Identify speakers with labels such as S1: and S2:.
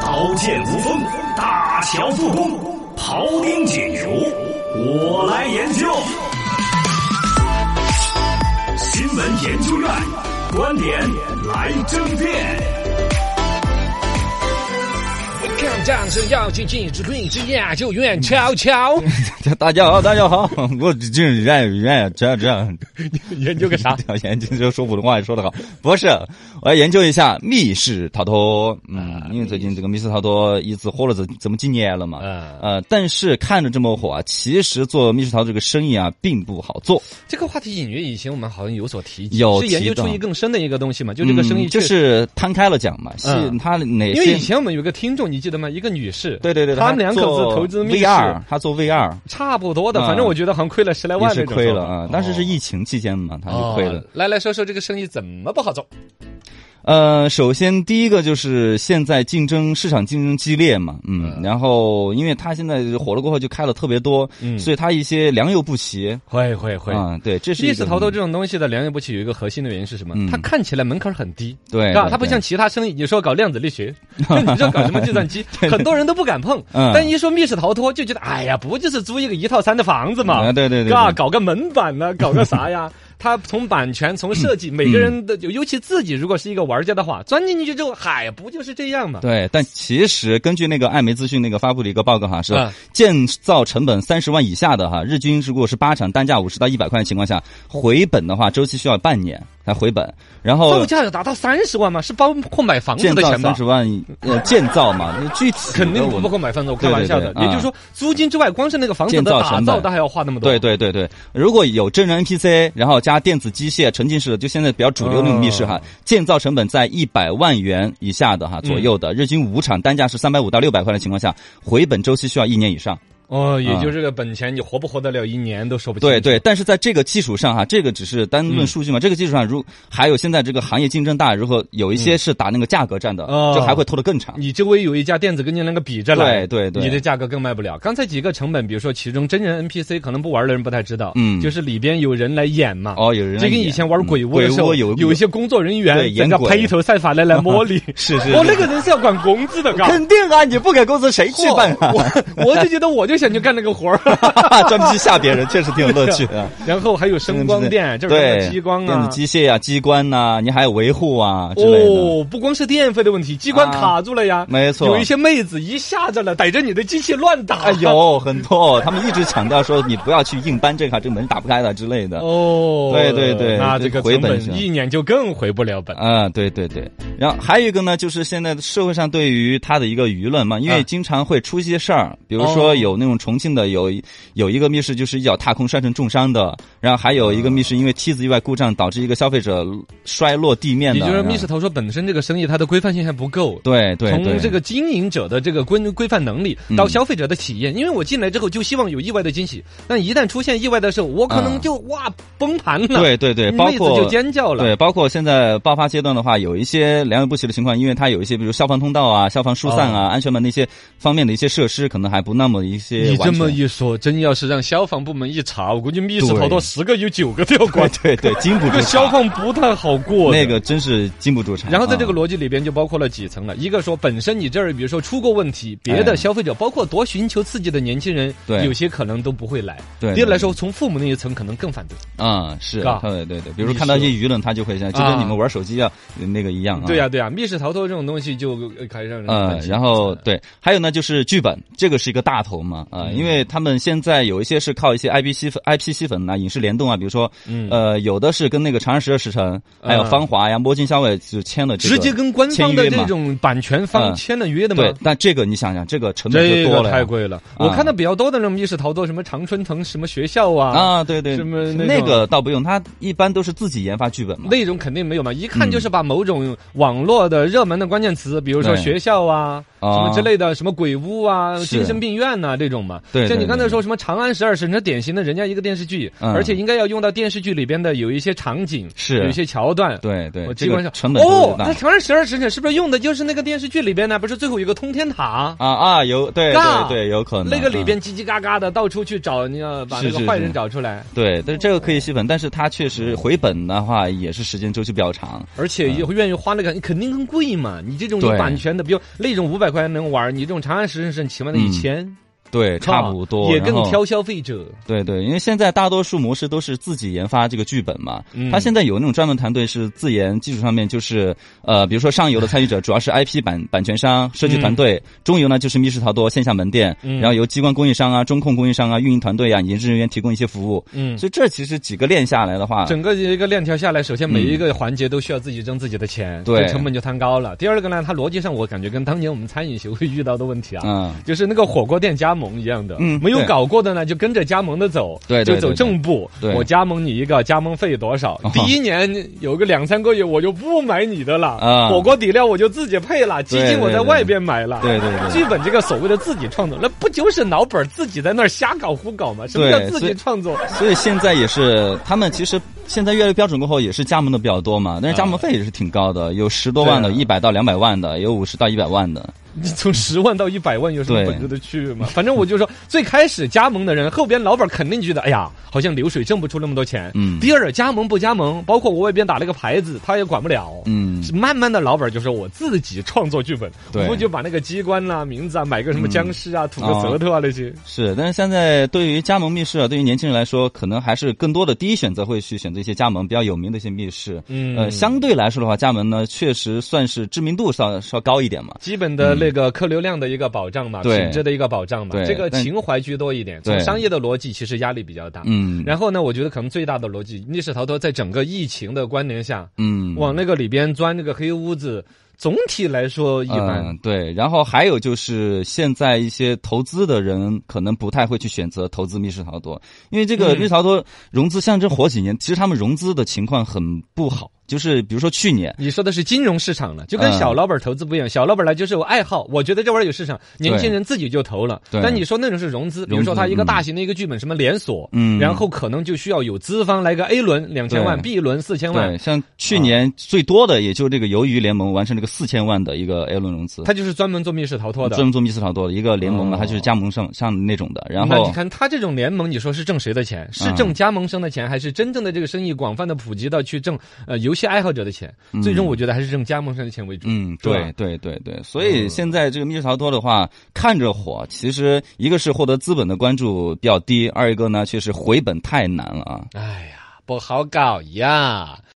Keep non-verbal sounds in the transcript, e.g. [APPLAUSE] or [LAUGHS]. S1: 刀剑无锋，大乔不工，庖丁解牛，我来研究。新闻研究院观点来争辩。
S2: 抗战是要进进之论之研究院悄悄
S3: [LAUGHS] 大家好，大家好，我就是愿意愿意这样这样，
S2: [LAUGHS] 研究个
S3: [LAUGHS]
S2: 啥？
S3: 这样研究就说普通话也说得好。不是，我要研究一下密室逃脱。嗯，
S2: 啊
S3: 因为最近这个密室逃脱一直火了这这么几年了嘛。
S2: 嗯
S3: 呃，但是看着这么火啊，其实做密室逃脱这个生意啊，并不好做。
S2: 这个话题隐约以前我们好像有所提及，
S3: 有
S2: 是研究
S3: 提到
S2: 出一更深的一个东西嘛？就这个生意
S3: 嗯
S2: 确
S3: 就
S2: 实，
S3: 是摊开了讲嘛，是
S2: 嗯
S3: 它哪
S2: 因为以
S3: 些？
S2: 前我们有个听众，你记得吗？一个女士，
S3: 对对对，
S2: 他们两口
S3: 做
S2: 子投资密室
S3: VR，他做 VR
S2: 差不多的，
S3: 嗯
S2: 反正我觉得好像亏了十来
S3: 也
S2: 万
S3: 是
S2: 那种
S3: 亏了
S2: 做法
S3: 啊，但是是疫情期间嘛，他就
S2: 哦
S3: 亏了。
S2: 来来说说这个生意怎么不好做？
S3: 呃，首先第一个就是现在竞争市场竞争激烈嘛，嗯，然后因为它现在火了过后就开了特别多，
S2: 嗯
S3: 所以它一些良莠不齐
S2: 会会会。
S3: 啊、对，这是一
S2: 历史
S3: 个
S2: 逃脱这种东西的良莠不齐，有一个核心的原因是什么？
S3: 嗯
S2: 它看起来门槛很低，
S3: 对
S2: 是
S3: 哎对
S2: 啊吧？它不
S3: 对
S2: 像其他生意，你说搞量子力学， [LAUGHS] 你说搞什么计算
S3: [LAUGHS]
S2: 机，很多人都不敢碰。
S3: 嗯
S2: 但一说密室逃脱，就觉得哎呀，不就是租一个一套三的房子嘛？
S3: 啊对对对对
S2: 啊，搞个门板呢、搞个啥呀？它从版权、从设
S3: 嗯
S2: 计，每个人的，尤其自己如果是一个玩家的话，钻进去之后，嗨，不就是这样嘛？
S3: 对，但其实根据那个艾媒资讯那个发布的一个报告哈，是
S2: 嗯
S3: 建造成本三十万以下的哈，日均如果是八场单价五十到一百块的情况下，回本的话周期需要半年才回本，然后
S2: 造价有达到三十万吗？是包括买房子
S3: 哦建
S2: 的
S3: 造
S2: 钱吧
S3: 三十？万，呃，建造嘛，具体的
S2: 肯定
S3: 我
S2: 不
S3: 们
S2: 包括买房子，我开
S3: 对对
S2: 玩笑的。
S3: 对啊
S2: 也就是说，租金之外，光是那个房子
S3: 建
S2: 的
S3: 造
S2: 打
S3: 成
S2: 造，
S3: 本
S2: 它还要花那么多。
S3: 对对对对，如果有真人 NPC，然后加电子机械沉浸式的，就现在比较主流那种密室哈，建造成本在一百万元以下的哈左右的，日均五场单价是三百五到六百块的情况下，回本周期需要一年以上。
S2: 哦，也就是个本钱，你活不活得了一年都说不清。
S3: 啊对，对，但是嗯在这个基础上哈，这个只是单论数据嘛，这个基础上如还有现在这个行业竞争大，如果有一些是打那个价格战的，
S2: 哦
S3: 就还会拖得更长。
S2: 你周围有一家店子跟你那个比着来，
S3: 啊对对对
S2: 你的价格更卖不了。刚才几个成本，比如说其中真人 NPC 可能不玩的人不太知道，
S3: 嗯
S2: 就是里边有人来演嘛。
S3: 哦，有人
S2: 就
S3: 来
S2: 跟
S3: 演
S2: 以前玩鬼
S3: 嗯
S2: 屋的时候，
S3: 有
S2: 有一些工作人
S3: 对
S2: 员在
S3: 演
S2: 那
S3: 鬼
S2: 披头散发的来摸你，
S3: [LAUGHS] 是是
S2: 哦，
S3: 是
S2: 那个人是要管工资的，嘎。
S3: 肯定啊，你不给工资谁去办啊？
S2: 我我就觉得我就想去干那个活儿，
S3: [LAUGHS] 专门去吓别人，确实挺有乐趣的。 [LAUGHS]
S2: 然后还有声光电，就是那
S3: 对
S2: 个激光
S3: 电
S2: 啊
S3: 子。机械呀、机关呐、你还有维护啊之类的。啊
S2: 哦，不光是电费的问题，机关卡住了呀，
S3: 没错
S2: 有一些妹子一下子了，逮着你的机器乱打，
S3: 哎，有很多，他们一直强调说你不要去硬搬这卡，这个门打不开的之类 [LAUGHS] 的。
S2: 哦，
S3: 对对对
S2: 那这个
S3: 回
S2: 成
S3: 本
S2: 本
S3: 是
S2: 一年就更回不了本。
S3: 啊、对对对，然后还有一个呢，就是现在社会上对于他的一个舆论嘛，因为
S2: 嗯
S3: 经常会出一些事儿，比如
S2: 哦
S3: 说有那种重庆的有一有一个密室就是一脚踏空摔成重伤的，然后还有一个密室因为梯子意外故障导致一个消费者摔落地面的，
S2: 也就是说，
S3: 然后
S2: 密室逃脱本身这个生意它的规范性还不够。
S3: 对对对，
S2: 从这个经营者的这个规规范能力
S3: 嗯
S2: 到消费者的体验，因为我进来之后就希望有意外的惊喜，但一旦出现意外的时候，我可能
S3: 嗯
S2: 就哇崩盘了，
S3: 对对对，包
S2: 妹子
S3: 括
S2: 就尖叫了。
S3: 对，包括现在爆发阶段的话，有一些良莠不齐的情况，因为它有一些，比如消防通道啊、消防疏散啊、安全门的一些方面的一些设施，可能还不那么一些
S2: 你
S3: 完
S2: 这
S3: 全
S2: 么一说，真要是让消防部门一查，我估计密室逃脱
S3: 对，
S2: 十个有九个都要关
S3: [LAUGHS] 对对对，经不
S2: 这
S3: 住
S2: 个消
S3: 查，
S2: 防不太好过。
S3: 那。个真是经不住查。
S2: 然后在这个
S3: 啊
S2: 逻辑里边就包括了几层了，一个说本身你这儿比如说出过问题，别的
S3: 哎
S2: 消费者包括多寻求刺激的年轻人，
S3: 对
S2: 有些可能都不会来。
S3: 对
S2: 第二来说，从父母那一层可能更反对。
S3: 啊、是
S2: 嘎
S3: 对对对，比如说看到一些舆论，他就会像就
S2: 啊
S3: 跟你们玩手机啊那个一样啊。
S2: 对呀、对呀、密室逃脱这种东西就呃开始让人
S3: 呃
S2: 担，心
S3: 然后对，还有呢就是剧本，这个是一个大头嘛，啊、因
S2: 嗯
S3: 为他们现在有一些是靠一些 IP 吸粉、IP 吸粉呐、影视联动啊，比如说，
S2: 嗯
S3: 呃，有的是跟那个《长安十二时辰》还有
S2: 嗯
S3: 《芳华》呀、《摸金校尉》就签了这个
S2: 直接跟官
S3: 签
S2: 方
S3: 约
S2: 的这
S3: 嘛
S2: 种版权方
S3: 嗯
S2: 签了约的嘛。
S3: 对，但这个你想想，这个成本
S2: 这
S3: 就多
S2: 个
S3: 了呀啊
S2: 太贵了，我看到比较多的那种密室逃脱，什么常春藤什么学校啊，
S3: 啊！对对，
S2: 什么那
S3: 那
S2: 种
S3: 个倒不用，他一般都是自己研发剧本嘛。
S2: 内容肯定没有嘛，一看就是把某种网络的热门的关键词，比如说
S3: 嗯对
S2: 学校啊，
S3: 啊
S2: 什么之类的，什么鬼屋啊、
S3: 是
S2: 精神病院呐、这种嘛。
S3: 对对
S2: 像你刚才
S3: 对
S2: 说什么《长安十二时辰》，这典型的人家一个电视剧，
S3: 嗯
S2: 而且应该要用到电视剧里边的有一些场景，
S3: 是
S2: 有一些桥段。
S3: 对对
S2: 我，
S3: 这
S2: 基本
S3: 个
S2: 上
S3: 成本特
S2: 哦
S3: 别，大
S2: 那《长安十二时辰》是不是用的就是那个电视剧里边呢？不是最后有个通天塔？
S3: 啊啊！有对
S2: 嘎
S3: 对对，有可能
S2: 那个里
S3: 嗯
S2: 边叽叽嘎嘎的，到处去找，你要把那
S3: 是
S2: 个
S3: 是
S2: 坏
S3: 是
S2: 人找出来。
S3: 对，但是这个可以吸粉，但是它确实回本的话也是时间周期比较长。
S2: 而且也会愿意花那个，你肯定更贵嘛。你这种
S3: 嗯对
S2: 有版权的，比如那种五百百块钱能玩，你这种长安十胜起码得一千，
S3: 对，嗯差不多，
S2: 也更
S3: 然后
S2: 挑消费者。
S3: 对对，因为现在大多数模式都是自己研发这个剧本嘛。
S2: 嗯
S3: 他现在有那种专门团队是自研，基础上面就是呃，比如说上游的参与者主要是 IP 版版权商、设计团队，中游呢就是密室逃脱线下门店，
S2: 嗯
S3: 然后由机关供应商啊、中控供应商啊、运营团队啊、研制人员提供一些服务。
S2: 嗯，
S3: 所以这其实几个链下来的话，
S2: 整个一个链条下来，首先每一个环节都需要自己挣自己的钱，
S3: 嗯对
S2: 这成本就摊高了。第二个呢，它逻辑上我感觉跟当年我们餐饮协会遇到的问题啊。
S3: 嗯，
S2: 就是那个火锅店加盟一样的，
S3: 嗯
S2: 没有
S3: 对
S2: 搞过的呢，就跟着加盟的走，
S3: 对对
S2: 就走
S3: 对对
S2: 正步。
S3: 对哦
S2: 我加盟你一个，加盟费多少？第一年有个两三个月，我就不买你的了，
S3: 啊
S2: 火锅底料我就自己配了，基
S3: 对
S2: 金我
S3: 对
S2: 在
S3: 对
S2: 外边买了。
S3: 对对对
S2: 剧本这个所谓的自己创作，那不就是老本儿自己在那儿瞎搞胡搞吗？什么
S3: 对
S2: 叫自己
S3: 所以
S2: 创作？
S3: 所以现在也是，他们其实现在越来越标准过后，也是加盟的比较多嘛，但是加盟费也是挺高的，有十多万的，
S2: 嗯对啊
S3: 一百到两百万的，有五十到一百万的。
S2: 你 [LAUGHS] 从十万到一百万有什么
S3: 对
S2: 本质的区别吗？反正我就说，最开始加盟的人，后边老板肯定觉得，哎呀，好像流水挣不出那么多钱。
S3: 嗯
S2: 第二，加盟不加盟，包括我外边打了个牌子，他也管不了。
S3: 嗯
S2: 是慢慢的，老板就说我自己创作剧本，我
S3: 对嗯
S2: 们就把那个机关啦、名字啊，买个什么僵尸啊、吐个舌头啊那些。
S3: 是，但是现在对于加盟密室啊，对于年轻人来说，可能还是更多的第一选择会去选择一些加盟比较有名的一些密室。
S2: 嗯
S3: 呃，相对来说的话，加盟呢确实算是知名度稍稍高一点嘛。
S2: 基本的那个客流量的一个保障嘛，
S3: 对
S2: 品质的一个保障嘛，
S3: 对
S2: 这个
S3: 但
S2: 情怀居多一点。从
S3: 对
S2: 商业的逻辑，其实压力比较大。
S3: 嗯
S2: 然后呢，我觉得可能最大的逻辑，密室逃脱在整个疫情的关联下，
S3: 嗯，
S2: 往那个里边钻那个黑屋子，总体来说一般。
S3: 嗯，对。然后还有就是，现在一些投资的人可能不太会去选择投资密室逃脱，因为这个
S2: 嗯
S3: 密室逃脱融资像这火几年，其实他们融资的情况很不好。就是比如说去年，
S2: 你说的是金融市场了，就
S3: 嗯
S2: 跟小老板投资不一样。小老板来就是我爱好，我觉得这玩意儿有市场，年轻人自己就投了。
S3: 对
S2: 但你说那种是融资，比如
S3: 融
S2: 说
S3: 资
S2: 他一个
S3: 嗯
S2: 大型的一个剧本，什么连锁，
S3: 嗯
S2: 然后可能就需要有资方来个 A 轮两千万
S3: 对
S2: ，B 轮四千万
S3: 对，，像
S2: 啊
S3: 去年最多的也就这个鱿鱼联盟完成了个四千万的一个 A 轮融资，
S2: 他就是专门做密室逃脱的
S3: 专。门做密室逃脱的一个联盟
S2: 哦
S3: 嘛，啊它就是加盟上上那种的。然
S2: 那你
S3: 后嗯
S2: 看他这种联盟，你说是挣谁的钱？是挣加盟商的钱，还是真正的这个生意广泛的普及到去挣呃游戏爱好者的钱？最终我觉得还是挣加盟商的钱为主。
S3: 嗯，
S2: 是吧哦
S3: 对对对对，所以现在这个密室逃脱的话，看着火，其实一个是获得资本的关注比较低，二一个呢，确实回本太难了啊。
S2: 哎呀，不好搞呀！